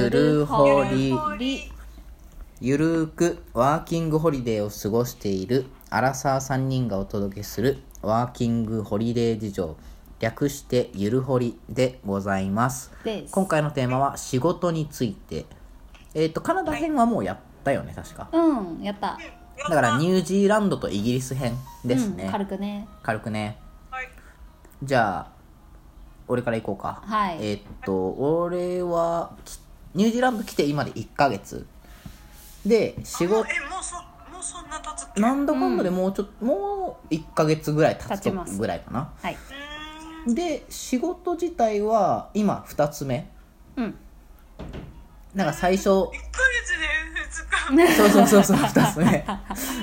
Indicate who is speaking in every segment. Speaker 1: ゆるほ
Speaker 2: ゆ
Speaker 1: り
Speaker 2: るほり
Speaker 1: ゆるーくワーキングホリデーを過ごしているアラサー3人がお届けするワーキングホリデー事情略してゆるほりでございます
Speaker 2: です
Speaker 1: 今回のテーマは仕事についてえっ、とカナダ編はもうやったよね確か
Speaker 2: うんやった、
Speaker 1: だからニュージーランドとイギリス編ですね、
Speaker 2: うん、軽くね
Speaker 1: 軽くね
Speaker 3: はい。
Speaker 1: じゃあ俺から行こうか
Speaker 2: はい
Speaker 1: えっと俺はきニュージーランド来て今で1ヶ月で仕事
Speaker 3: もうえ、もうそ、もうそんな経つっけ
Speaker 1: なんだかんだでもうちょっと、もう1ヶ月ぐらい経
Speaker 2: 経
Speaker 1: つと
Speaker 2: ちます
Speaker 1: ぐらいかな
Speaker 2: はいう
Speaker 3: ーん
Speaker 1: で仕事自体は今2つ目
Speaker 2: うん
Speaker 1: なんか最初
Speaker 3: 一ヶ月で二日。
Speaker 1: そうそうそうそう2つ目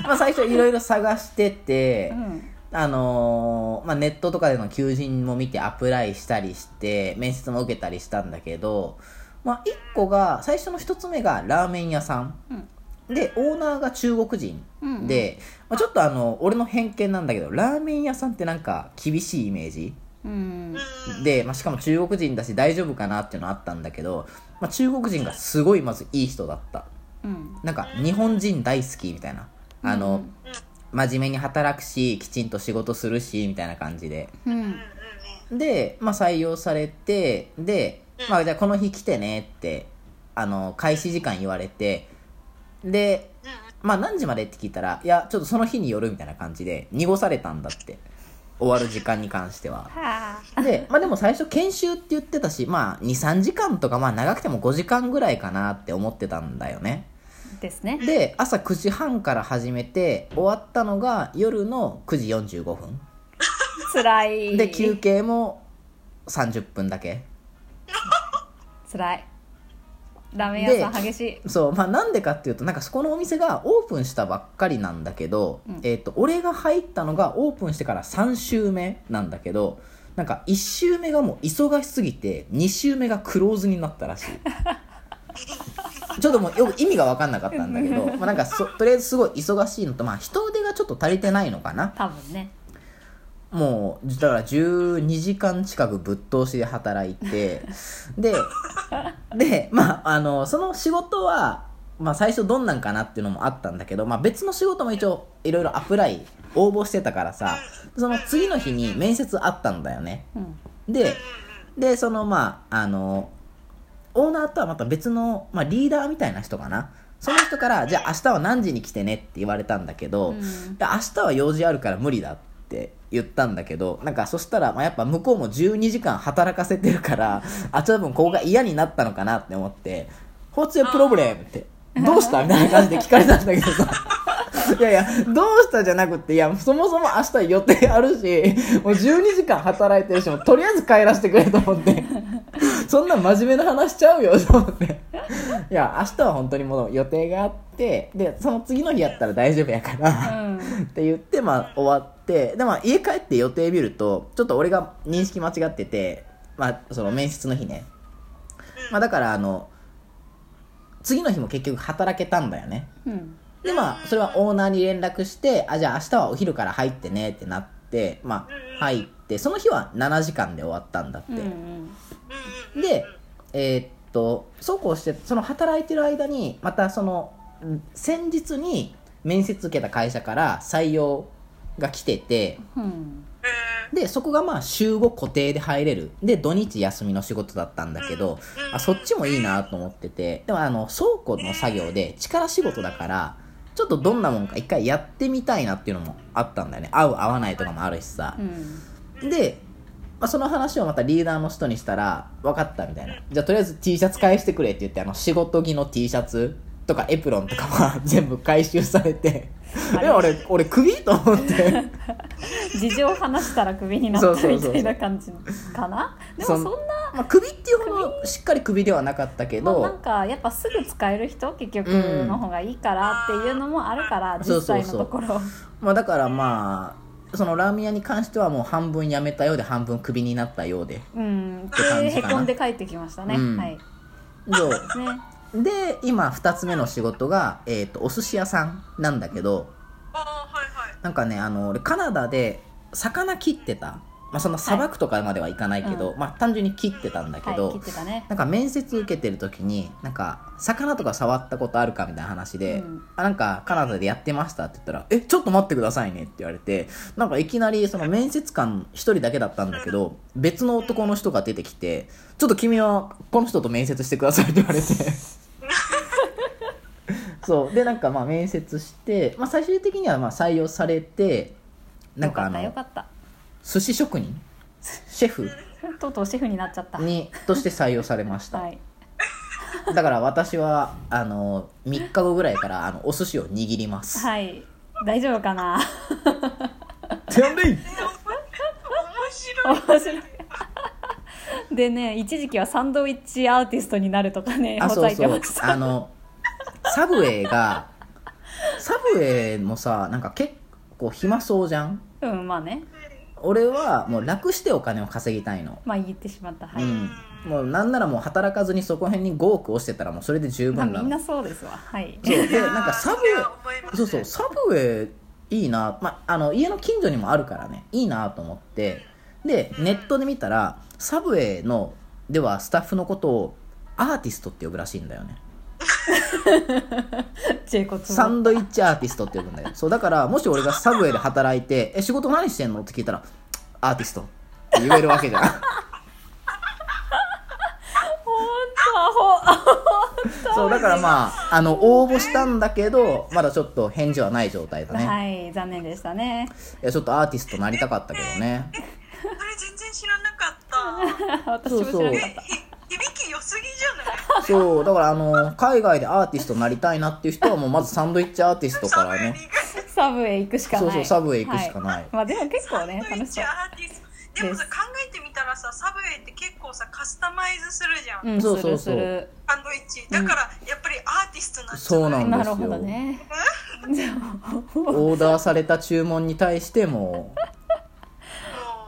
Speaker 1: まあ最初いろいろ探してて、
Speaker 2: うん
Speaker 1: あのーまあ、ネットとかでの求人も見てアプライしたりして面接も受けたりしたんだけど、まあ、1個が最初の1つ目がラーメン屋さん、でオーナーが中国人
Speaker 2: うん
Speaker 1: で、まあ、ちょっとあの俺の偏見なんだけどラーメン屋さんってなんか厳しいイメージ
Speaker 2: うん
Speaker 1: で、まあ、しかも中国人だし大丈夫かなっていうのあったんだけど、まあ、中国人がすごいまずいい人だった
Speaker 2: うん
Speaker 1: なんか日本人大好きみたいなあの、
Speaker 2: うん
Speaker 1: 真面目に働くしきちんと仕事するしみたいな感じで
Speaker 2: うん
Speaker 1: で、まあ、採用されてで、まあ、じゃあこの日来てねってあの開始時間言われてで、まあ、何時までって聞いたらいやちょっとその日によるみたいな感じで濁されたんだって終わる時間に関しては
Speaker 2: は
Speaker 1: で、まあ、でも最初研修って言ってたし、まあ、23時間とか、まあ、長くても5時間ぐらいかなって思ってたんだよね
Speaker 2: あですね
Speaker 1: で朝9時半から始めて終わったのが夜の9時45分
Speaker 2: 辛い
Speaker 1: で休憩も30分だけ
Speaker 2: 辛いラーメン屋さん激しい
Speaker 1: そうまあなんでかっていうとなんかそこのお店がオープンしたばっかりなんだけど、
Speaker 2: うん
Speaker 1: えっと俺が入ったのがオープンしてから3週目なんだけどなんか1週目がもう忙しすぎて2週目がクローズになったら しいちょっともうよく意味が分かんなかったんだけど、まあ、なんかそとりあえずすごい忙しいのと、まあ、人腕がちょっと足りてないのかな
Speaker 2: 多分ね
Speaker 1: もうだから12時間近くぶっ通しで働いてででまああのその仕事は、まあ、最初どんなんかなっていうのもあったんだけど、まあ、別の仕事も一応いろいろアプライ応募してたからさその次の日に面接あったんだよね
Speaker 2: うん
Speaker 1: ででそのまああのオーナーとはまた別の、まあ、リーダーみたいな人かなその人から「じゃあ明日は何時に来てね」って言われたんだけど、
Speaker 2: うん
Speaker 1: で明日は用事あるから無理だって言ったんだけどなんかそしたら、まあ、やっぱ向こうも12時間働かせてる からあちょっと多分ここが嫌になったのかなって思って「交通プロブレム」っ て「どうした?」みたいな感じで聞かれたんだけどさ。 いやいや、どうしたじゃなくて、いや、そもそも明日予定あるし、もう12時間働いてるし、もうとりあえず帰らせてくれと思って、 そんな真面目な話しちゃうよと思って。いや、明日は本当にもう予定があって、で、その次の日やったら大丈夫やから、って言って、まあ、終わって、で、まあ、家帰って予定見ると、ちょっと俺が認識間違ってて、まあ、その面接の日ね。まあ、だから、あの、次の日も結局働けたんだよね。
Speaker 2: うんうん
Speaker 1: で、まあ、それはオーナーに連絡して、あ、じゃあ明日はお昼から入ってねってなって、まあ、入って、その日は7時間で終わったんだって。
Speaker 2: うんうん
Speaker 1: で、えーっと、そうこうして、その働いてる間に、またその、ん先日に面接受けた会社から採用が来てて、
Speaker 2: うん
Speaker 3: え
Speaker 1: で、そこがまあ週5固定で入れる。で、土日休みの仕事だったんだけど、あ、そっちもいいなと思ってて、でもあの、倉庫の作業で力仕事だから、ちょっとどんなもんか一回やってみたいなっていうのもあったんだよね。合う合わないとかもあるしさ
Speaker 2: う。ん
Speaker 1: で、まあ、その話をまたリーダーの人にしたら、分かったみたいな。じゃあとりあえず T シャツ返してくれって言って、あの、仕事着の T シャツとかエプロンとかは 全部回収されて、
Speaker 2: あ
Speaker 1: え、
Speaker 2: れ
Speaker 1: 俺、俺、首と思って。
Speaker 2: 事情を話したらクビになったみたいな感じかなでもそ
Speaker 1: そん
Speaker 2: んな
Speaker 1: まあ、首っていうほどしっかり首ではなかったけ
Speaker 2: まあ
Speaker 1: ど、
Speaker 2: なんかやっぱすぐ使える人結局
Speaker 1: うん
Speaker 2: の方がいいからっていうのもあるから、
Speaker 1: そう
Speaker 2: 実
Speaker 1: そう
Speaker 2: 際
Speaker 1: そう
Speaker 2: のところ
Speaker 1: まあ、だからまあそのラーメン屋に関してはもう半分やめたようで半分クビになったよう で
Speaker 2: うんって
Speaker 1: 感じ
Speaker 2: へ
Speaker 1: かな
Speaker 2: こんで帰ってきましたね、
Speaker 1: うん
Speaker 2: はいね
Speaker 1: そうで今2つ目の仕事が、えー、とお寿司屋さんなんだけど
Speaker 3: ああ、はいはい。
Speaker 1: なんかねあの俺カナダで魚切ってたまあ、その裁くとかまではいかないけど、
Speaker 2: う
Speaker 1: まあ、単純に切ってたんだけど、
Speaker 2: はい、切ってたね
Speaker 1: なんか面接受けてる時になんか魚とか触ったことあるかみたいな話で、
Speaker 2: うん
Speaker 1: あなんかカナダでやってましたって言ったら「えちょっと待ってくださいね」って言われてなんかいきなりその面接官一人だけだったんだけど別の男の人が出てきて「ちょっと君はこの人と面接してください」って言 われてそうでなんかまあ面接して、まあ、最終的にはまあ採用されてなんかあ
Speaker 2: よ
Speaker 1: の
Speaker 2: かったよか
Speaker 1: 寿司職人シェフ
Speaker 2: ったとうとうシェフになっちゃった
Speaker 1: にとして採用されました
Speaker 2: はい
Speaker 1: だから私はあの3日後ぐらいからあのお寿司を握ります。
Speaker 2: はい大丈夫かな
Speaker 1: てんでい
Speaker 3: 面白い
Speaker 2: 面白いでね一時期はサンドイッチアーティストになるとかね
Speaker 1: あ
Speaker 2: ほ
Speaker 1: そ
Speaker 2: ざ
Speaker 1: う
Speaker 2: い
Speaker 1: そ
Speaker 2: て
Speaker 1: う
Speaker 2: ました
Speaker 1: あのサブウェイがサブウェイもさなんか結構暇そうじゃん
Speaker 2: うんまあね
Speaker 1: 俺はもう楽してお金を稼ぎたいの。
Speaker 2: まあ言ってしまったはい、
Speaker 1: うんもうなんならもう働かずにそこら辺に5億落ちてたらもうそれで十
Speaker 2: まあ
Speaker 1: 分
Speaker 2: み
Speaker 1: なんの。
Speaker 2: な
Speaker 1: そ
Speaker 2: そうですわはいう
Speaker 1: でなんかサブウ
Speaker 3: い
Speaker 1: ェイ
Speaker 3: や思います
Speaker 1: そうそうサブウェイいいな、まあ、あの家の近所にもあるからねいいなと思ってでネットで見たらサブウェイのではスタッフのことをアーティストって呼ぶらしいんだよね
Speaker 2: ジェイコツ
Speaker 1: サンドイッチアーティストって呼ぶんだよそうだからもし俺がサブウェイで働いて「 え仕事何してんの?」って聞いたら「アーティスト」って言えるわけじゃん
Speaker 2: 本当アホ
Speaker 1: そうだからまああの応募したんだけどまだちょっと返事はない状態だね、い、
Speaker 2: はい残念でしたね
Speaker 1: やちょっとアーティストなりたかったけどね
Speaker 3: それ全然知らなか った
Speaker 2: 私も知らなかっ
Speaker 3: えひ響き良すぎじゃない
Speaker 1: そうだからあの海外でアーティストになりたいなっていう人はもうまずサンドイッチアーティストからね
Speaker 2: たサブウェイ行くしかない
Speaker 1: そうそうサブウェイ行くしかない
Speaker 2: まあでも結構ね
Speaker 3: サンドイ
Speaker 2: 楽
Speaker 3: ッ
Speaker 2: し
Speaker 3: チ
Speaker 2: そう
Speaker 3: アーティストでもさ考えてみたらさサブウェイって結構さカスタマイズするじゃん、
Speaker 2: うん
Speaker 1: そう
Speaker 2: す
Speaker 1: そうそう
Speaker 2: るする
Speaker 3: サンドイッチだからやっぱりアーティストなんじゃ
Speaker 1: そう
Speaker 3: な
Speaker 1: な
Speaker 3: い
Speaker 1: ん
Speaker 2: な
Speaker 1: です
Speaker 2: る
Speaker 1: よ
Speaker 2: ほ どね
Speaker 1: オーダーされた注文に対しても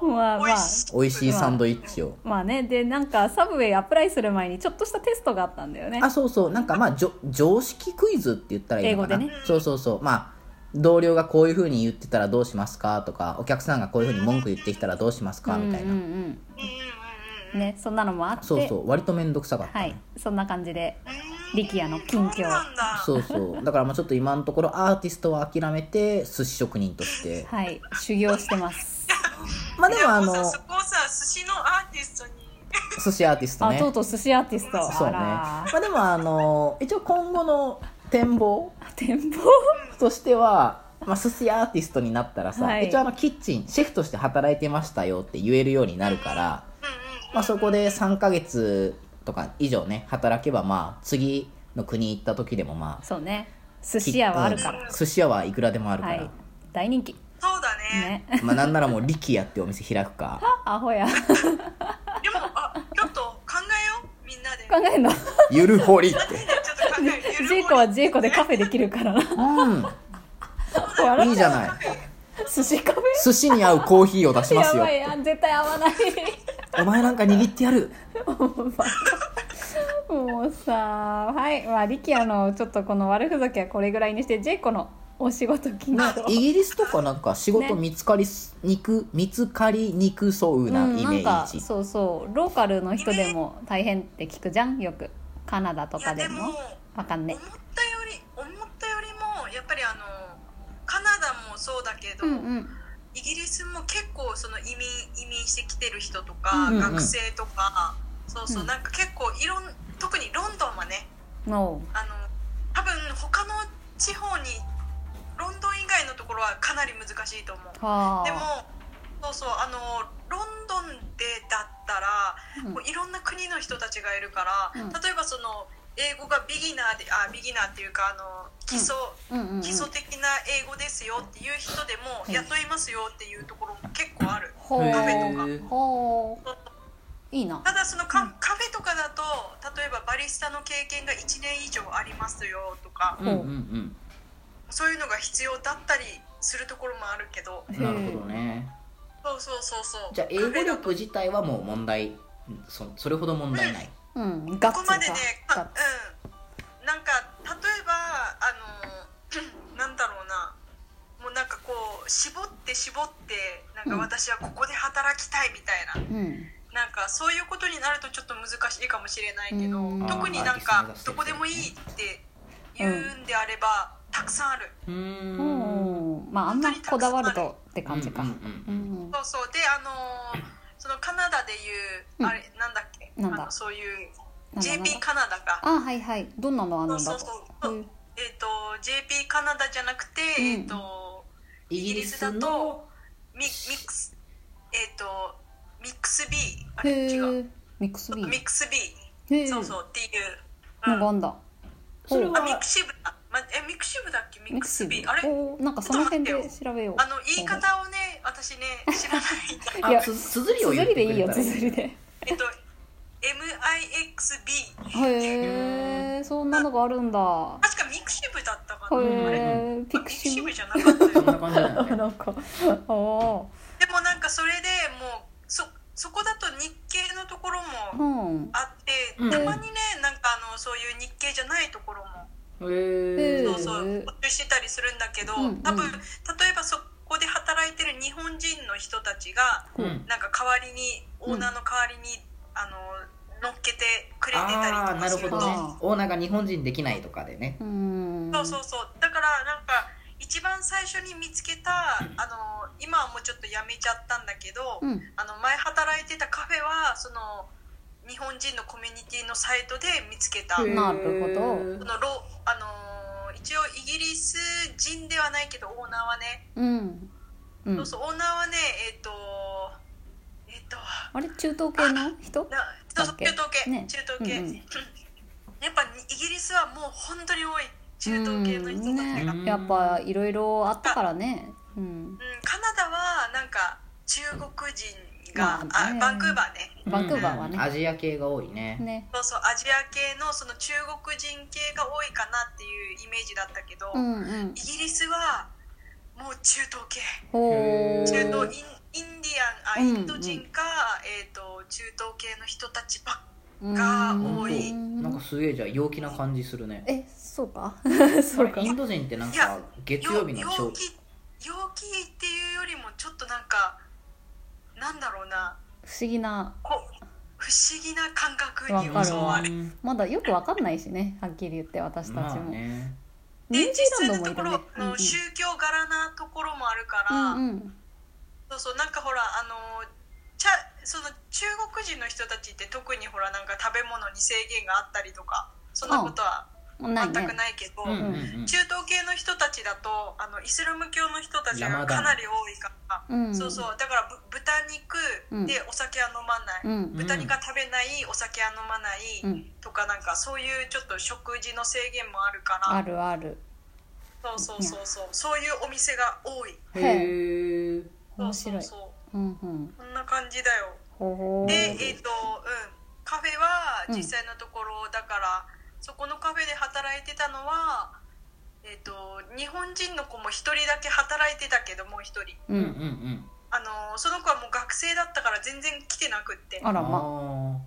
Speaker 3: もう
Speaker 2: まあまあ
Speaker 3: 美味しい
Speaker 1: 美味しいサンドイッチを
Speaker 2: まあねでなんかサブウェイアプライする前にちょっとしたテストがあったんだよね
Speaker 1: あそうそうなんかまあじょ常識クイズって言ったらいいのかな
Speaker 2: 英語でね
Speaker 1: そうそうそうまあ同僚がこういうふうに言ってたらどうしますかとかお客さんがこういうふうに文句言ってきたらどうしますかみたいな、
Speaker 2: うんうん
Speaker 3: うんうん
Speaker 2: うんねそんなのもあって
Speaker 1: そうそう割と面倒くさかった、
Speaker 2: はいそんな感じで
Speaker 3: うん
Speaker 2: 力也の近況
Speaker 3: そうなんだ
Speaker 1: そうそうだからまあちょっと今のところアーティストは諦めて寿司職人として
Speaker 2: はい修行してます
Speaker 1: まあでもあ
Speaker 3: い
Speaker 1: の
Speaker 3: やうさそこをさ寿司のアーティストに
Speaker 1: 寿司アーティスト
Speaker 2: あ
Speaker 1: ね
Speaker 2: とうとう寿司アーティスト
Speaker 1: そう
Speaker 2: あ
Speaker 1: ね。ま
Speaker 2: ら
Speaker 1: あでもあの一応今後の展望
Speaker 2: 店舗
Speaker 1: としては、まあ、寿司アーティストになったらさ、
Speaker 2: はい
Speaker 1: 一応あのキッチンシェフとして働いてましたよって言えるようになるから、まあ、そこで3ヶ月とか以上ね働けばまあ次の国行った時でもまあ
Speaker 2: そうね寿司屋はあるから
Speaker 1: うん寿司屋はいくらでもあるか
Speaker 2: は
Speaker 1: ら、
Speaker 2: い大人気
Speaker 3: そうだね
Speaker 2: ね
Speaker 1: まあなんならもう力也ってお店開くか
Speaker 2: アホや
Speaker 3: でもあちょっと考えようみんなで
Speaker 2: 考えんの
Speaker 1: ゆるほり って
Speaker 3: ちょっと考えよう
Speaker 2: ジェイコはジェイコでカフェできるからな
Speaker 1: う
Speaker 2: 笑
Speaker 1: んいいじゃない
Speaker 2: 寿司カフェ
Speaker 1: 寿司に合うコーヒーを出します
Speaker 2: や
Speaker 1: よ
Speaker 2: ばいや絶対合わない
Speaker 1: お前なんか握ってやる
Speaker 2: もうさはいまあ力也のちょっとこの悪ふざけはこれぐらいにしてジェイコのお仕事近
Speaker 1: な
Speaker 2: 況
Speaker 1: イギリスとかなんか仕事
Speaker 2: ね
Speaker 1: 見つかりす、肉見つかりにくそうなイメ
Speaker 2: うん、なんか
Speaker 1: ージ、
Speaker 2: そうそうローカルの人でも大変って聞くじゃんよくカナダと
Speaker 3: いや
Speaker 2: かで
Speaker 3: でも
Speaker 2: もわかんね
Speaker 3: 思ったより思ったよりもやっぱりあのカナダもそうだけど、
Speaker 2: うんうん
Speaker 3: イギリスも結構その移民移民してきてる人とか、
Speaker 1: うんうん
Speaker 3: 学生とかそうそう、
Speaker 2: うん
Speaker 3: なんか結構いろん特にロンドンはね
Speaker 2: の
Speaker 3: あの多分他の地方にロンドン以外のところはかなり難しいと思う。
Speaker 2: はあ
Speaker 3: でもそうそうあのロンドンでだったら、
Speaker 2: うん
Speaker 3: こういろんな国の人たちがいるから、
Speaker 2: うん
Speaker 3: 例えばその英語がビギナーであビギナーっていうかあの基礎、
Speaker 2: うんうんうん
Speaker 3: 基礎的な英語ですよっていう人でも
Speaker 2: い
Speaker 3: 雇いますよっていうところも結構ある。
Speaker 2: ほう
Speaker 1: へー
Speaker 2: ほういいな
Speaker 3: ただそのカ,、カフェとかだと例えばバリスタの経験が1年以上ありますよとか
Speaker 1: うんうん
Speaker 3: そういうのが必要だったりするところもあるけど
Speaker 1: うんなるほどね
Speaker 3: そうそうそうそう
Speaker 1: じゃあ英語力自体はもう問題そそれほど問題ない
Speaker 2: うんガッ
Speaker 3: ここ
Speaker 2: ツ
Speaker 3: ま
Speaker 2: が
Speaker 3: でね、
Speaker 2: ガ
Speaker 3: か
Speaker 2: ッ
Speaker 3: うん、なんか例えばあの なんだろうなもうなんかこう絞って絞ってなんか私はここで働きた
Speaker 2: うん
Speaker 3: なんかそういうことになるとちょっと難しいかもしれないけど、
Speaker 2: うん
Speaker 3: 特になん
Speaker 1: あーアーティスト目指して
Speaker 3: かど
Speaker 1: る
Speaker 3: こでもいいって言うんであれば、たくさんある
Speaker 4: う
Speaker 2: うんんまああんまりこだわるとって感じか
Speaker 4: うんう
Speaker 2: う
Speaker 4: んうん
Speaker 2: ん
Speaker 3: そうそうであのーそのカナダでいう、
Speaker 2: うん
Speaker 3: あれなんだっけ
Speaker 2: なんだ
Speaker 3: あのそういう
Speaker 2: なんだなんだ
Speaker 3: JP カナダか
Speaker 2: あはいはいどんなのあるん
Speaker 3: そ
Speaker 2: だ
Speaker 3: うそう
Speaker 2: と
Speaker 3: そう
Speaker 2: うん
Speaker 3: えっ、と JP カナダじゃなくて、
Speaker 2: うん
Speaker 3: えっ、と
Speaker 4: イギリスだと
Speaker 3: ミミックスえっ、とミックス B あれ違う
Speaker 2: へえミックスビ
Speaker 3: ミ
Speaker 2: ー
Speaker 3: ックス B、
Speaker 2: へえ
Speaker 3: そう
Speaker 2: の
Speaker 3: そうっていう、うん
Speaker 2: があんだ
Speaker 4: それ
Speaker 3: あミ
Speaker 4: は
Speaker 3: クシブだ、ま、えミクシブだっけ
Speaker 2: ミ
Speaker 3: ミ
Speaker 2: ッ
Speaker 3: ク
Speaker 2: ク
Speaker 3: ス
Speaker 2: ス
Speaker 3: ビ
Speaker 2: ビ
Speaker 3: ーあれ
Speaker 2: ーおーなんかその辺で調べよう
Speaker 3: あの言い方をね私ね知らない んだ
Speaker 2: い
Speaker 4: あ
Speaker 2: や
Speaker 4: つつづりを言って
Speaker 2: 綴りで
Speaker 4: く
Speaker 2: いい
Speaker 4: れ
Speaker 2: よ
Speaker 4: たら
Speaker 2: 綴りで
Speaker 3: えっと MIXB
Speaker 2: へえそんなのがあるんだ
Speaker 3: 確かミクシブだったかな、あれ
Speaker 2: へえピ
Speaker 3: あ
Speaker 2: クシブ
Speaker 3: ミクシブじゃなかったよで
Speaker 4: そんな感じだよね
Speaker 2: なんかおお
Speaker 3: もなんかそれでもうそそこだと日系のところ
Speaker 2: ー
Speaker 3: も
Speaker 2: うん
Speaker 3: あって、
Speaker 4: うん
Speaker 3: たまにねなんかあのそういう日系じゃないところも
Speaker 4: へえ
Speaker 3: そうそう募集してたりするんだけど、
Speaker 2: うんうん
Speaker 3: 多分例えばそこで働いてる日本人の人たちが
Speaker 4: うん
Speaker 3: なんか代わりにオーナーの代わりに、あの乗っけてくれてたり
Speaker 4: ああー
Speaker 3: とか
Speaker 4: なる
Speaker 3: す
Speaker 4: ほ
Speaker 3: ると
Speaker 4: どね
Speaker 2: あ
Speaker 4: オーナーが日本人できないとかでね
Speaker 2: うん
Speaker 3: そうそうそうだからなんか一番最初に見つけたあの今はもうちょっとやめちゃったんだけど、
Speaker 2: うん
Speaker 3: あの前働いてたカフェはその日本人のコミュニティのサイトで見つけた。
Speaker 2: へーなるほ
Speaker 3: そのロあのー一応イギリス人ではないけどオーナーはね、
Speaker 2: うんうん
Speaker 3: そうそうオーナーはねえっ、とえっ、と
Speaker 2: あれ中東系の人
Speaker 3: なそうそう
Speaker 2: だっけ
Speaker 3: 中東系、
Speaker 2: ね
Speaker 3: 中東系、
Speaker 2: うんうん
Speaker 3: やっぱにイギリスはもう本当に多い中東系の人たちが、うん
Speaker 2: ね、やっぱいろいろあったからねうん
Speaker 3: カナダはなんか中国人が、
Speaker 2: まあね
Speaker 3: あバンクーバーね
Speaker 2: バンクーバーはね
Speaker 4: うんアジア系が多いね
Speaker 2: ね
Speaker 3: そうそうアジア系のその中国人系が多いかなっていうイメージだったけど、
Speaker 2: うんうん
Speaker 3: イギリスはもう中東系。
Speaker 2: ほう
Speaker 3: 中東インインディアンあ
Speaker 2: うん
Speaker 3: インド人か、えー、と中東系の人たちばっ
Speaker 2: が
Speaker 3: 多い
Speaker 4: なんかすげえじゃあ陽気な感じするね
Speaker 2: えそうか そうか
Speaker 4: インド人ってなん
Speaker 3: いや
Speaker 4: か月曜
Speaker 3: よ
Speaker 4: 日の
Speaker 3: 陽
Speaker 4: 朝
Speaker 3: 気陽気っていうよりもちょっとなんかなんだろうな
Speaker 2: 不思議な
Speaker 3: こ不思議な感覚に
Speaker 2: わか
Speaker 3: 襲
Speaker 2: る
Speaker 3: わ
Speaker 2: わ
Speaker 3: れる
Speaker 2: まだよくわかんないしねはっきり言って私た
Speaker 4: ま
Speaker 2: ち
Speaker 4: あ
Speaker 2: も、
Speaker 4: ね
Speaker 2: ニュー
Speaker 3: で
Speaker 2: ジ
Speaker 3: 実
Speaker 2: ー
Speaker 3: 際
Speaker 2: ランドも
Speaker 3: のと
Speaker 2: い
Speaker 3: こ
Speaker 2: る
Speaker 3: ろ
Speaker 2: ね、
Speaker 3: あの宗教柄なところもあるから、
Speaker 2: うんうんうん
Speaker 3: そうそうなんかほらあのちゃその中国人の人たちって特にほらなんか食べ物に制限があったりとかそんなことは
Speaker 2: うんない
Speaker 3: 全
Speaker 2: ね
Speaker 3: くないけど。
Speaker 4: うんうんうん
Speaker 3: 中東系の人たちだとあのイスラム教の人たち
Speaker 4: ラマ
Speaker 3: が
Speaker 4: ダン
Speaker 3: かなり多いから、
Speaker 2: うん
Speaker 3: そうそうだからぶ豚肉
Speaker 2: うん
Speaker 3: でお酒は飲まない、
Speaker 2: うん
Speaker 3: 豚肉は食べないお酒は飲まない、
Speaker 2: うん
Speaker 3: とかなんかそういうちょっと食事の制限もあるか
Speaker 2: あ
Speaker 3: ら
Speaker 2: るある
Speaker 3: そうそうそうそうそういうお店が多い
Speaker 4: へえ
Speaker 2: 面白い
Speaker 3: そうそう
Speaker 2: うんうん
Speaker 3: そうこんな感じだよ
Speaker 2: ほうほう
Speaker 3: でえっ、とうんカフェは実際のところ、だからそこのカフェで働いてたのはえっ、と日本人の子も一人だけ働いてたけどもう一人
Speaker 4: う
Speaker 2: う
Speaker 4: んうん
Speaker 2: ん
Speaker 4: うん
Speaker 3: あのその子はもう学生だったから全然来てなくって
Speaker 2: あらま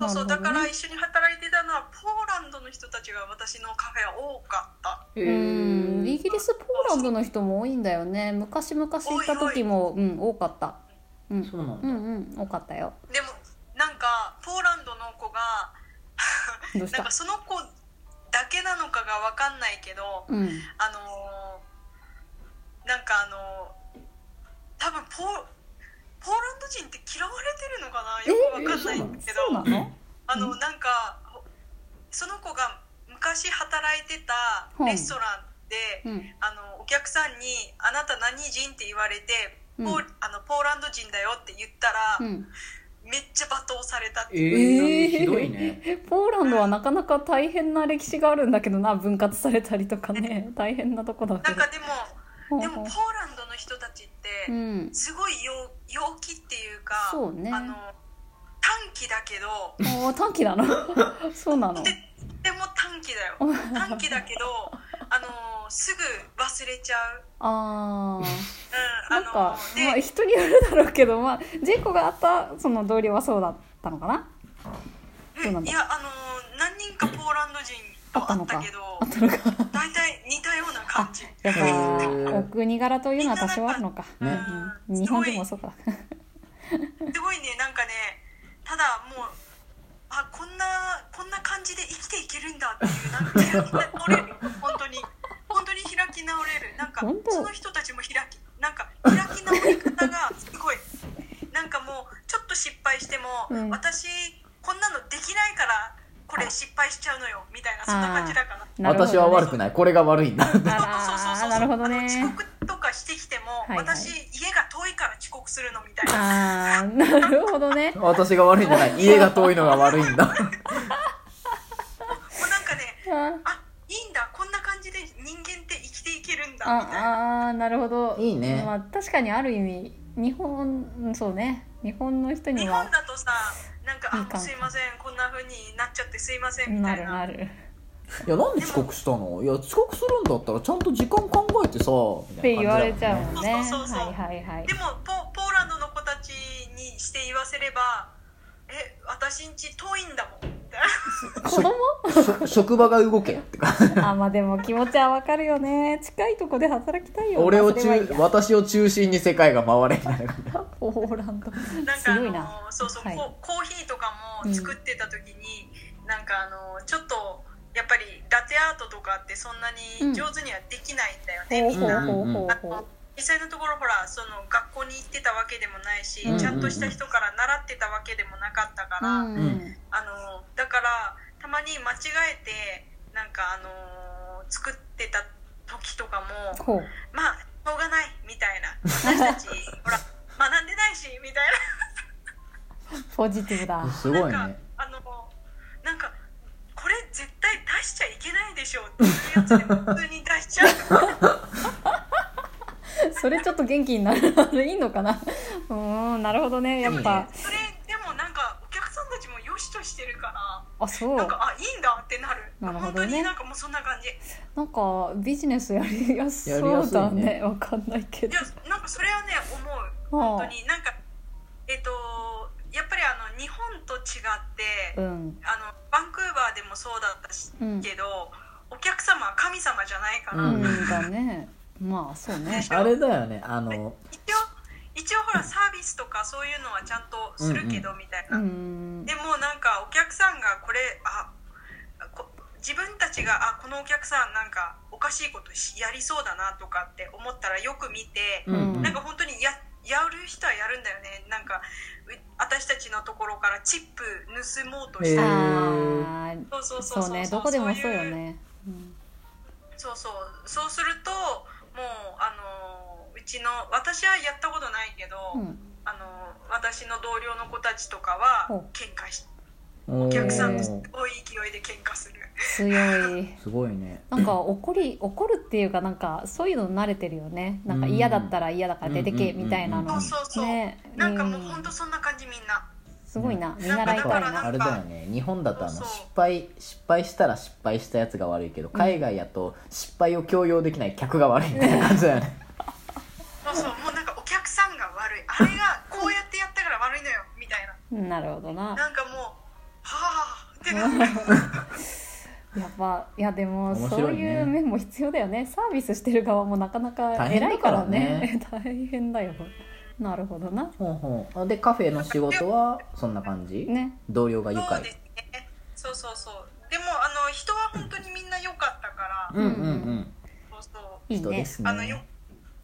Speaker 4: あ
Speaker 3: そうそう、
Speaker 2: な
Speaker 3: だ
Speaker 2: るほど
Speaker 3: か
Speaker 2: ね
Speaker 3: ら一緒に働いてたのはポーランドの人たちが私のカフェは多かった
Speaker 4: ーへ
Speaker 2: うんイ
Speaker 4: え
Speaker 2: ギリスポーランドの人も多いんだよね昔々行った時もうん多かったうん
Speaker 4: そうなん
Speaker 2: う
Speaker 4: だ
Speaker 2: んうん多かったよ
Speaker 3: でもなんかポーランドの子が
Speaker 2: どうし
Speaker 3: な
Speaker 2: た
Speaker 3: んかその子だけなのかが分かんないけど
Speaker 2: うん
Speaker 3: あのーなんかあのー多分ポーポーランド人って嫌われてるのかなよく分かんないんだけ
Speaker 2: そうな
Speaker 3: ど、
Speaker 2: の
Speaker 3: あのなんかその子が昔働いてたレストランで。
Speaker 2: うん
Speaker 3: あのお客さんに「あなた何人?」って言われて、
Speaker 2: うん
Speaker 3: ポーあのポーランド人だよって言ったら、
Speaker 2: うん
Speaker 3: めっちゃ罵倒されたって
Speaker 4: え
Speaker 3: いう、
Speaker 4: ーひどいね
Speaker 2: ポーランドはなかなか大変な歴史があるんだけどな分割されたりとか ね大変なとこだけ
Speaker 3: なん
Speaker 2: ど
Speaker 3: かでも
Speaker 2: ほう
Speaker 3: で
Speaker 2: ほ
Speaker 3: もポーランドの人たちっ
Speaker 2: うう
Speaker 3: て
Speaker 2: ん
Speaker 3: すごい陽陽気っていうか
Speaker 2: そうね
Speaker 3: あの短気だけど
Speaker 2: おー短期 なのそうなの
Speaker 3: でとても短気だよ短気だけ どあのすぐ忘れちゃう。
Speaker 2: あー
Speaker 3: うん、
Speaker 2: な
Speaker 3: あ
Speaker 2: ん
Speaker 3: の
Speaker 2: か
Speaker 3: で
Speaker 2: まあ人によるだろうけどまあジェイコがあったその同僚はそうだったのかなそうなん
Speaker 3: い
Speaker 2: だ
Speaker 3: やあの何人かポーランド人と会ったけど
Speaker 2: あったのか
Speaker 3: 大体似たような感じ。
Speaker 2: やっ
Speaker 4: へー
Speaker 2: ぱお国柄というのは多少あるのか、
Speaker 3: ね
Speaker 2: うん、日本人もそうか
Speaker 3: そうすごいねなんかねただもうあこんなこんな感じで生きていけるんだっていうなんか開き 直れる本当に本当に開き直れるなんか
Speaker 2: 本当
Speaker 3: その人たちも開きなんか開き直り方がすごいなんかもうちょっと失敗しても、
Speaker 2: うん
Speaker 3: 私こんなのできないからこれ失敗しちゃうのよみたいなそんな感じだから。
Speaker 2: なる
Speaker 1: 私
Speaker 2: ほどね
Speaker 1: は悪くないこれが悪いんだ
Speaker 2: あらーなるほど
Speaker 3: あの遅
Speaker 2: ね
Speaker 3: 刻とかしてきても、
Speaker 2: はいはい
Speaker 3: 私家が遠いから遅刻するのみたいな。
Speaker 2: あーなるほどね
Speaker 1: 私が悪いんじ ゃない家が遠いのが悪いんだ
Speaker 3: もうなんかね、
Speaker 2: あ
Speaker 3: あいいんだこんな感じで人間って生きていけるんだみたいな。
Speaker 2: ああーなるほど
Speaker 1: いいね
Speaker 2: まあ、確かにある意味日本うんそうね日本の人に
Speaker 3: 日
Speaker 2: は
Speaker 3: 本だとさなんか
Speaker 2: いい
Speaker 3: あ
Speaker 2: かも
Speaker 3: もうすいませんこんな風になっちゃってすいませんみた
Speaker 2: ないる
Speaker 3: な。
Speaker 2: なる
Speaker 1: いやなんで遅刻したのいや遅刻するんだったらちゃんと時間考えてさ
Speaker 2: っ
Speaker 1: みた
Speaker 2: て
Speaker 1: い
Speaker 2: 言
Speaker 1: な
Speaker 2: わ
Speaker 1: 感
Speaker 2: れ
Speaker 1: じ
Speaker 2: ち
Speaker 1: だ
Speaker 2: ゃ
Speaker 1: もんね
Speaker 2: うもんね
Speaker 3: そうそうそうそう
Speaker 2: はいはいはい
Speaker 3: でもポポーランドの子たちにして言わせればえ私んち遠いんだも んみたいな。
Speaker 2: 子供
Speaker 1: 職職場が動けってか
Speaker 2: あまあでも気持ちはわかるよね近いとこで働きたいよ
Speaker 1: 俺を
Speaker 2: それはいい
Speaker 1: 中
Speaker 2: や
Speaker 1: 私を中心に世界が回れみたいな感じ
Speaker 2: ポーランド
Speaker 3: なんかあ
Speaker 2: 強いな
Speaker 3: のそうそう、
Speaker 2: はい
Speaker 3: こうコーヒーとかも作ってた時に、なんかあのちょっとやっぱりラテアートとかってそんなに上手にはできないんだよね、
Speaker 2: ほう
Speaker 3: みんな。
Speaker 2: ほうほうほうほう
Speaker 3: 実際のところほらその学校に行ってたわけでもないし、
Speaker 1: うん
Speaker 3: ちゃんとした人から習ってたわけでもなかったから、
Speaker 2: うん
Speaker 1: うん
Speaker 3: あのだからたまに間違えてなんかあの作ってた時とかも
Speaker 2: ほう
Speaker 3: まあしょうがないみたいな私たち ほら学んでないしみたいな。
Speaker 2: ポジティブだ
Speaker 1: すごい
Speaker 3: なん
Speaker 1: ね
Speaker 3: かあのなんかこれ絶対出しちゃいけないでしょっていうやつでも普通に出しちゃう
Speaker 2: それちょっと元気になるいいのかなうーんなるほどねやっぱ
Speaker 3: それでもなんかお客さんたちも良しとしてるから
Speaker 2: あそう
Speaker 3: なんかあいいんだってなる
Speaker 2: なるほ
Speaker 3: 本
Speaker 2: ど
Speaker 3: 当
Speaker 2: ね
Speaker 3: になんかもうそんな感じい
Speaker 2: なんかビジネスやりやすそうだ
Speaker 1: やりやすい
Speaker 2: ねわかんないけど
Speaker 3: やなんかそれはね思う本当になんかえっとやっぱりあの日本と違って、
Speaker 2: うん
Speaker 3: あのバンクーバーでもそうだったし、
Speaker 2: うん
Speaker 3: けどお客様は神様じゃないから、
Speaker 1: う
Speaker 2: うんんだねまあそうね
Speaker 1: あれだよねあの
Speaker 3: 一応一応ほらサービスとかそういうのはちゃんとするけどみたいうな、
Speaker 2: ん
Speaker 3: でもなんかお客さんがこれあこ自分たちがあこのお客さんなんかおかしいことしやりそうだなとかって思ったらよく見て、
Speaker 1: うんうん
Speaker 3: なんか本当にややる人はやるんだよねなんかう私たちのところからチップ盗もうとし
Speaker 1: へ
Speaker 3: て、
Speaker 1: ー
Speaker 2: あ
Speaker 3: そうそ
Speaker 2: あ
Speaker 3: うそう
Speaker 2: そうねどこでもそうよねうん
Speaker 3: そうそうそうするともうあのうちの私はやったことないけど、
Speaker 2: うん
Speaker 3: あの私の同僚の子たちとか
Speaker 2: ほう
Speaker 3: は喧嘩し
Speaker 1: お
Speaker 3: お客さん
Speaker 2: へ
Speaker 3: と
Speaker 2: ー
Speaker 3: すごい勢いで喧嘩する
Speaker 2: 強い
Speaker 1: すごいね
Speaker 2: なんか怒り怒るっていうかなんかそういうの慣れてるよねなんか嫌だったら嫌だから出てけ
Speaker 1: うんうん
Speaker 2: みたいな
Speaker 1: うん
Speaker 2: の
Speaker 3: そうそうそう、
Speaker 2: ね
Speaker 3: なんかもう
Speaker 2: うん
Speaker 3: ほんとそんな感じみんな
Speaker 2: すごいな見
Speaker 1: な
Speaker 2: 習
Speaker 1: ん
Speaker 2: い
Speaker 1: か
Speaker 2: たい
Speaker 1: あ
Speaker 2: な
Speaker 1: れだよね日本だとあの
Speaker 3: そ
Speaker 1: 失
Speaker 3: うそう
Speaker 1: 敗失敗したら失敗したやつが悪いけど海外やと失敗を強要できない客が悪いみたいな感じだよね
Speaker 3: そうそうもうなんかお客さんが悪いあれがこうやってやったから悪いのよみたいな
Speaker 2: なるほどな
Speaker 3: なんかもうはあってなる
Speaker 2: やっぱいやでも
Speaker 1: 面
Speaker 2: そ
Speaker 1: 白
Speaker 2: う
Speaker 1: いね
Speaker 2: いう面も必要だよねサービスしてる側もなかなか
Speaker 1: 大変
Speaker 2: 偉
Speaker 1: だ
Speaker 2: い
Speaker 1: か
Speaker 2: からら
Speaker 1: ね
Speaker 2: ね 大変だよなるほどな
Speaker 1: ほうほうあでカフェの仕事はそんな感じ、
Speaker 2: ね
Speaker 1: 同僚が愉
Speaker 3: そう
Speaker 1: 快
Speaker 3: ですねそうそうそうでもあの人は本当にみんな良かったから
Speaker 1: うんうんうん
Speaker 3: そうそう
Speaker 2: いい
Speaker 1: 人で
Speaker 2: ね
Speaker 1: す
Speaker 3: あのよ
Speaker 1: ね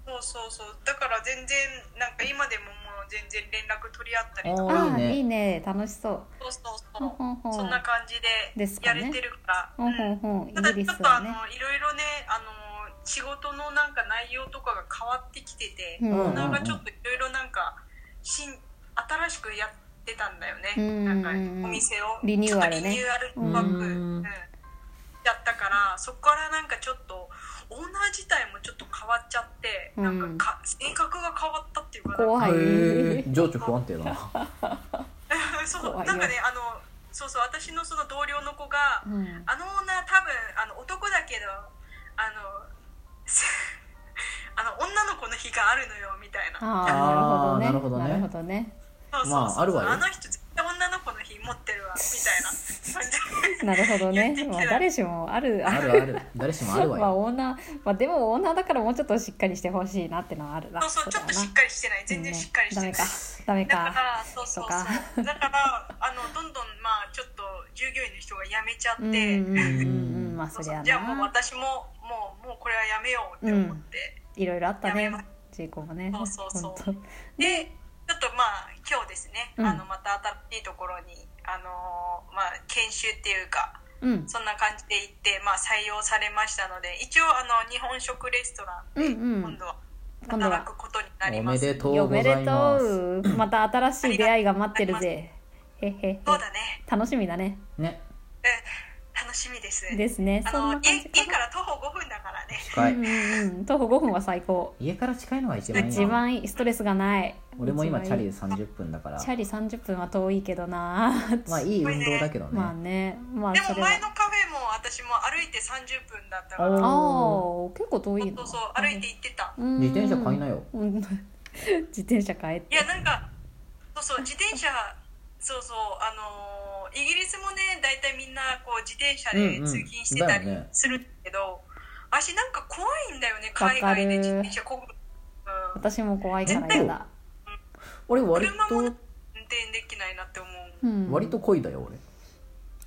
Speaker 3: そうそうそうだから全然なんか今でももう全然連絡取り合ったりとか
Speaker 1: お
Speaker 2: あ
Speaker 1: いい
Speaker 2: あ
Speaker 1: ね
Speaker 2: いいね楽しそう
Speaker 3: そうそう
Speaker 2: ほ
Speaker 3: そ
Speaker 2: ん
Speaker 3: う
Speaker 2: ほんほん
Speaker 3: そんな感じで
Speaker 2: です
Speaker 3: や
Speaker 2: かね
Speaker 3: れてるから、
Speaker 2: ほんほんほんイ
Speaker 3: ただ
Speaker 2: ギ
Speaker 3: ち
Speaker 2: リ
Speaker 3: ょっ
Speaker 2: ス
Speaker 3: と
Speaker 2: は
Speaker 3: あ
Speaker 2: ね
Speaker 3: のいろいろねあの仕事のなんか内容とかが変わってきてて、
Speaker 2: うん
Speaker 1: うん
Speaker 3: なんかちょっといろいろなんか新新しくやってたんだよね、
Speaker 2: うん
Speaker 3: なんかお店を
Speaker 2: リニューアルね
Speaker 3: ちょっとリニューアルバッグ、
Speaker 1: う
Speaker 3: うんんやったからそこからなんかちょっとオーナー自体もちょっと変わっちゃって、なんかか性格が変わったっていうかなんか
Speaker 2: 怖い
Speaker 1: へー情緒不安定だな
Speaker 3: そう
Speaker 2: 怖いよ
Speaker 3: なんかねあのそうそう私のその同僚の子が、
Speaker 2: うん
Speaker 3: あの女多分あの男だけどあの あの女の子の日があるのよみたいな
Speaker 2: ああ
Speaker 1: あー
Speaker 2: なる
Speaker 1: な
Speaker 2: ほどね
Speaker 1: る
Speaker 2: な
Speaker 1: ほ
Speaker 2: るほどね
Speaker 3: そうそうそう
Speaker 1: まああるわよ
Speaker 3: あの人絶対女の子の日持ってるわみたいな感じ
Speaker 2: なるほど ね、まあ、誰しもある
Speaker 4: あるある
Speaker 1: 誰しもあるわ
Speaker 2: まあ
Speaker 1: よ
Speaker 2: オーナー、まあ、でもオーナーだからもうちょっとしっかりしてほしいなってのはあるな
Speaker 3: そうそうちょっとしっかりしてない全然しっかりしてない、
Speaker 2: ダメ
Speaker 3: だか
Speaker 2: かダメから
Speaker 3: そうそう
Speaker 2: と
Speaker 3: そ
Speaker 2: か
Speaker 3: うだからあのどんどんまあちょっと従業員の人が辞めちゃって、
Speaker 2: うんうんうんうんまあ
Speaker 3: そ
Speaker 2: そうり
Speaker 3: そう
Speaker 2: ゃ
Speaker 3: じゃあもう
Speaker 2: な
Speaker 3: 私ももうもうこれはやめようって思って、
Speaker 2: いろいろあったね
Speaker 3: やめま
Speaker 2: ジェイコもね
Speaker 3: そうそうそう
Speaker 2: 本
Speaker 3: でちょっとまあ今日ですね、
Speaker 2: うん
Speaker 3: あのまた新しいところにあのーまあ研修っていうか
Speaker 2: 当うん
Speaker 3: そんな感じで行ってまあ採用されましたので一応あの日本食レストラン
Speaker 2: うん
Speaker 3: で
Speaker 2: うん
Speaker 3: 今度は
Speaker 2: 今度は
Speaker 3: 働くことになり
Speaker 1: お
Speaker 3: ま
Speaker 1: め
Speaker 3: す、
Speaker 1: でとう
Speaker 2: お
Speaker 1: ご
Speaker 2: め
Speaker 1: ざ
Speaker 2: で
Speaker 1: い
Speaker 2: と
Speaker 1: ます
Speaker 2: うまた新しい出会いが待ってるぜへへへ
Speaker 3: そうだね
Speaker 2: 楽しみだね
Speaker 4: ね
Speaker 3: うん楽しみです
Speaker 2: ですね
Speaker 3: あ
Speaker 2: そん
Speaker 3: の
Speaker 2: な
Speaker 3: 家
Speaker 2: 感じか
Speaker 3: 家から徒歩5分だからね
Speaker 1: 近
Speaker 2: なう
Speaker 1: い
Speaker 2: んうんうん徒歩5分は最高
Speaker 1: 家から近いのが一番いいな
Speaker 2: 一番いいストレスがない
Speaker 1: 俺も今
Speaker 2: 一
Speaker 1: チャ
Speaker 2: 番い
Speaker 1: リ
Speaker 2: い
Speaker 1: 30分だから
Speaker 2: チャリ30分は遠いけどな
Speaker 1: まあいい運動だけどね
Speaker 2: まあねまあ
Speaker 3: で
Speaker 2: そ
Speaker 3: も
Speaker 2: れは
Speaker 3: 前のカフェも私も歩いて30分だったか
Speaker 1: お
Speaker 3: ら
Speaker 1: ー
Speaker 2: ああ結構遠いな
Speaker 3: そうそう歩いて行ってた
Speaker 2: うん
Speaker 1: 自転車買いなよ
Speaker 2: うん 自転車買えって
Speaker 3: いやなんかそうそう自転車そうそうあのーイギリスもね大体みんなこう自転車で
Speaker 1: うんうん
Speaker 3: 通勤してたり
Speaker 1: だよね
Speaker 3: するけど、私なんか怖いんだよね
Speaker 2: わか
Speaker 3: 海
Speaker 2: る
Speaker 3: 外で自転車こぐ、うん、
Speaker 2: 私も怖いから嫌だ
Speaker 1: 俺割
Speaker 3: 車も運
Speaker 1: と
Speaker 3: 転できないなって思う
Speaker 2: うん
Speaker 1: 割と漕いだよ俺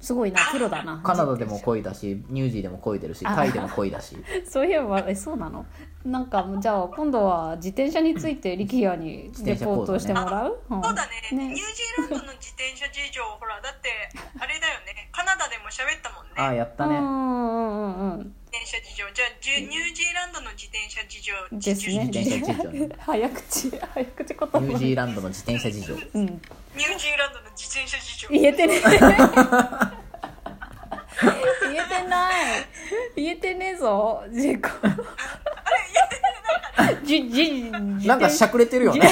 Speaker 2: すごいなプロだな
Speaker 1: カナダでも漕いだしニュージーでも漕いでるし
Speaker 2: あ
Speaker 1: タイでも漕いだし
Speaker 2: そういえばえそうなのなんかじゃあ今度は自転車について力也にレポートしてもらう、うん
Speaker 3: そうだね
Speaker 2: ね
Speaker 3: ニュージーランドの自転車事情ほらだってあれだよねカナダでも喋ったもん
Speaker 1: ああ
Speaker 3: ね
Speaker 1: やった
Speaker 2: う
Speaker 1: ね
Speaker 2: んうんうん
Speaker 3: 自転車事情じゃあじゅニュージーランドの自転車事情
Speaker 2: うんです
Speaker 1: 自
Speaker 2: ね
Speaker 1: 転車事情ね
Speaker 2: 早口早口言葉
Speaker 1: ニュージーランドの自転車事情
Speaker 2: うん
Speaker 3: ニュージーランドの自転車事情
Speaker 2: 言えてね言えてない言えてねえぞジェコじじじ
Speaker 1: なんかしゃくれてるよね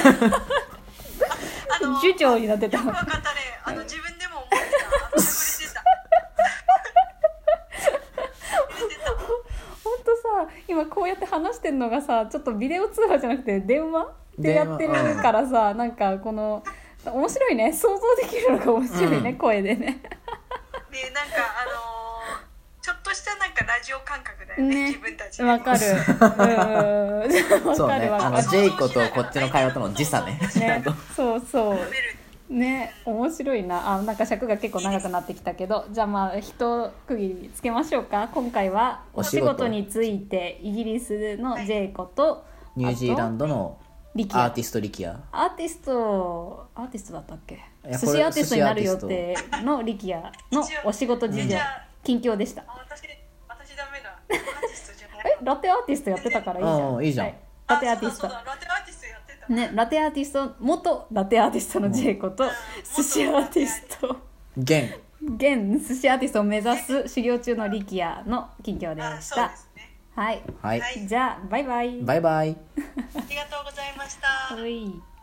Speaker 3: あの
Speaker 2: 樹長になってた
Speaker 3: よくわかったね。あの自分でも思ってた。あの触れてた。触れてた。
Speaker 2: ほんとさ今こうやって話してんのがさちょっとビデオ通話じゃなくて電話でやってる
Speaker 1: 電話うん
Speaker 2: からさなんかこの面白いね想像できるのが面白いね、
Speaker 1: うん
Speaker 2: 声でね
Speaker 3: で、なんかあのーちょっとしたなんかラジオ感覚だよね。
Speaker 2: ね
Speaker 3: 自分たちで。
Speaker 2: わかるうんうんうんわ
Speaker 1: そう
Speaker 2: か
Speaker 1: ね
Speaker 2: るわ
Speaker 1: あ
Speaker 2: か
Speaker 1: の
Speaker 2: る
Speaker 1: ジェイコとこっちの会話との時差ね
Speaker 2: ねそうそう
Speaker 3: 喋る
Speaker 2: ね面白いなあなんか尺が結構長くなってきたけどじゃあまあ一区切りつけましょうか今回は
Speaker 1: お
Speaker 2: お
Speaker 1: 仕
Speaker 2: 仕
Speaker 1: 事
Speaker 2: 事についてイギリスのジェイコと
Speaker 1: ニュージーランドの
Speaker 2: リキ
Speaker 1: アー
Speaker 2: ア
Speaker 1: ティスト力也
Speaker 2: アーティストアーティストだったっけ
Speaker 1: いや
Speaker 2: 寿
Speaker 1: こ
Speaker 2: 司
Speaker 1: れ
Speaker 2: アーティストになる予定の力也の
Speaker 3: 一応
Speaker 2: お仕事事
Speaker 3: 一
Speaker 2: 情
Speaker 3: 応
Speaker 2: 近況でした
Speaker 3: あ、私、私ダメだ。アーティストじゃない。
Speaker 2: えラテアーティストやってたからいいじゃ
Speaker 1: うんんいいじゃん
Speaker 2: は
Speaker 3: あ
Speaker 2: ラテアーティス
Speaker 3: そ
Speaker 2: ト
Speaker 3: うだそうだラテアーティストやってた。
Speaker 2: ねラテアーティスト元ラテアーティストのジェイコと寿司アーティスト
Speaker 1: 現
Speaker 2: 現寿司アーティストを目指す修行中の力也の近況で
Speaker 3: あ、
Speaker 2: し
Speaker 3: そう
Speaker 2: た
Speaker 3: ですね。
Speaker 2: はい
Speaker 1: はい
Speaker 3: はい
Speaker 2: じゃあバイバイ
Speaker 1: バイバイ
Speaker 3: ありがとうございました。
Speaker 2: はい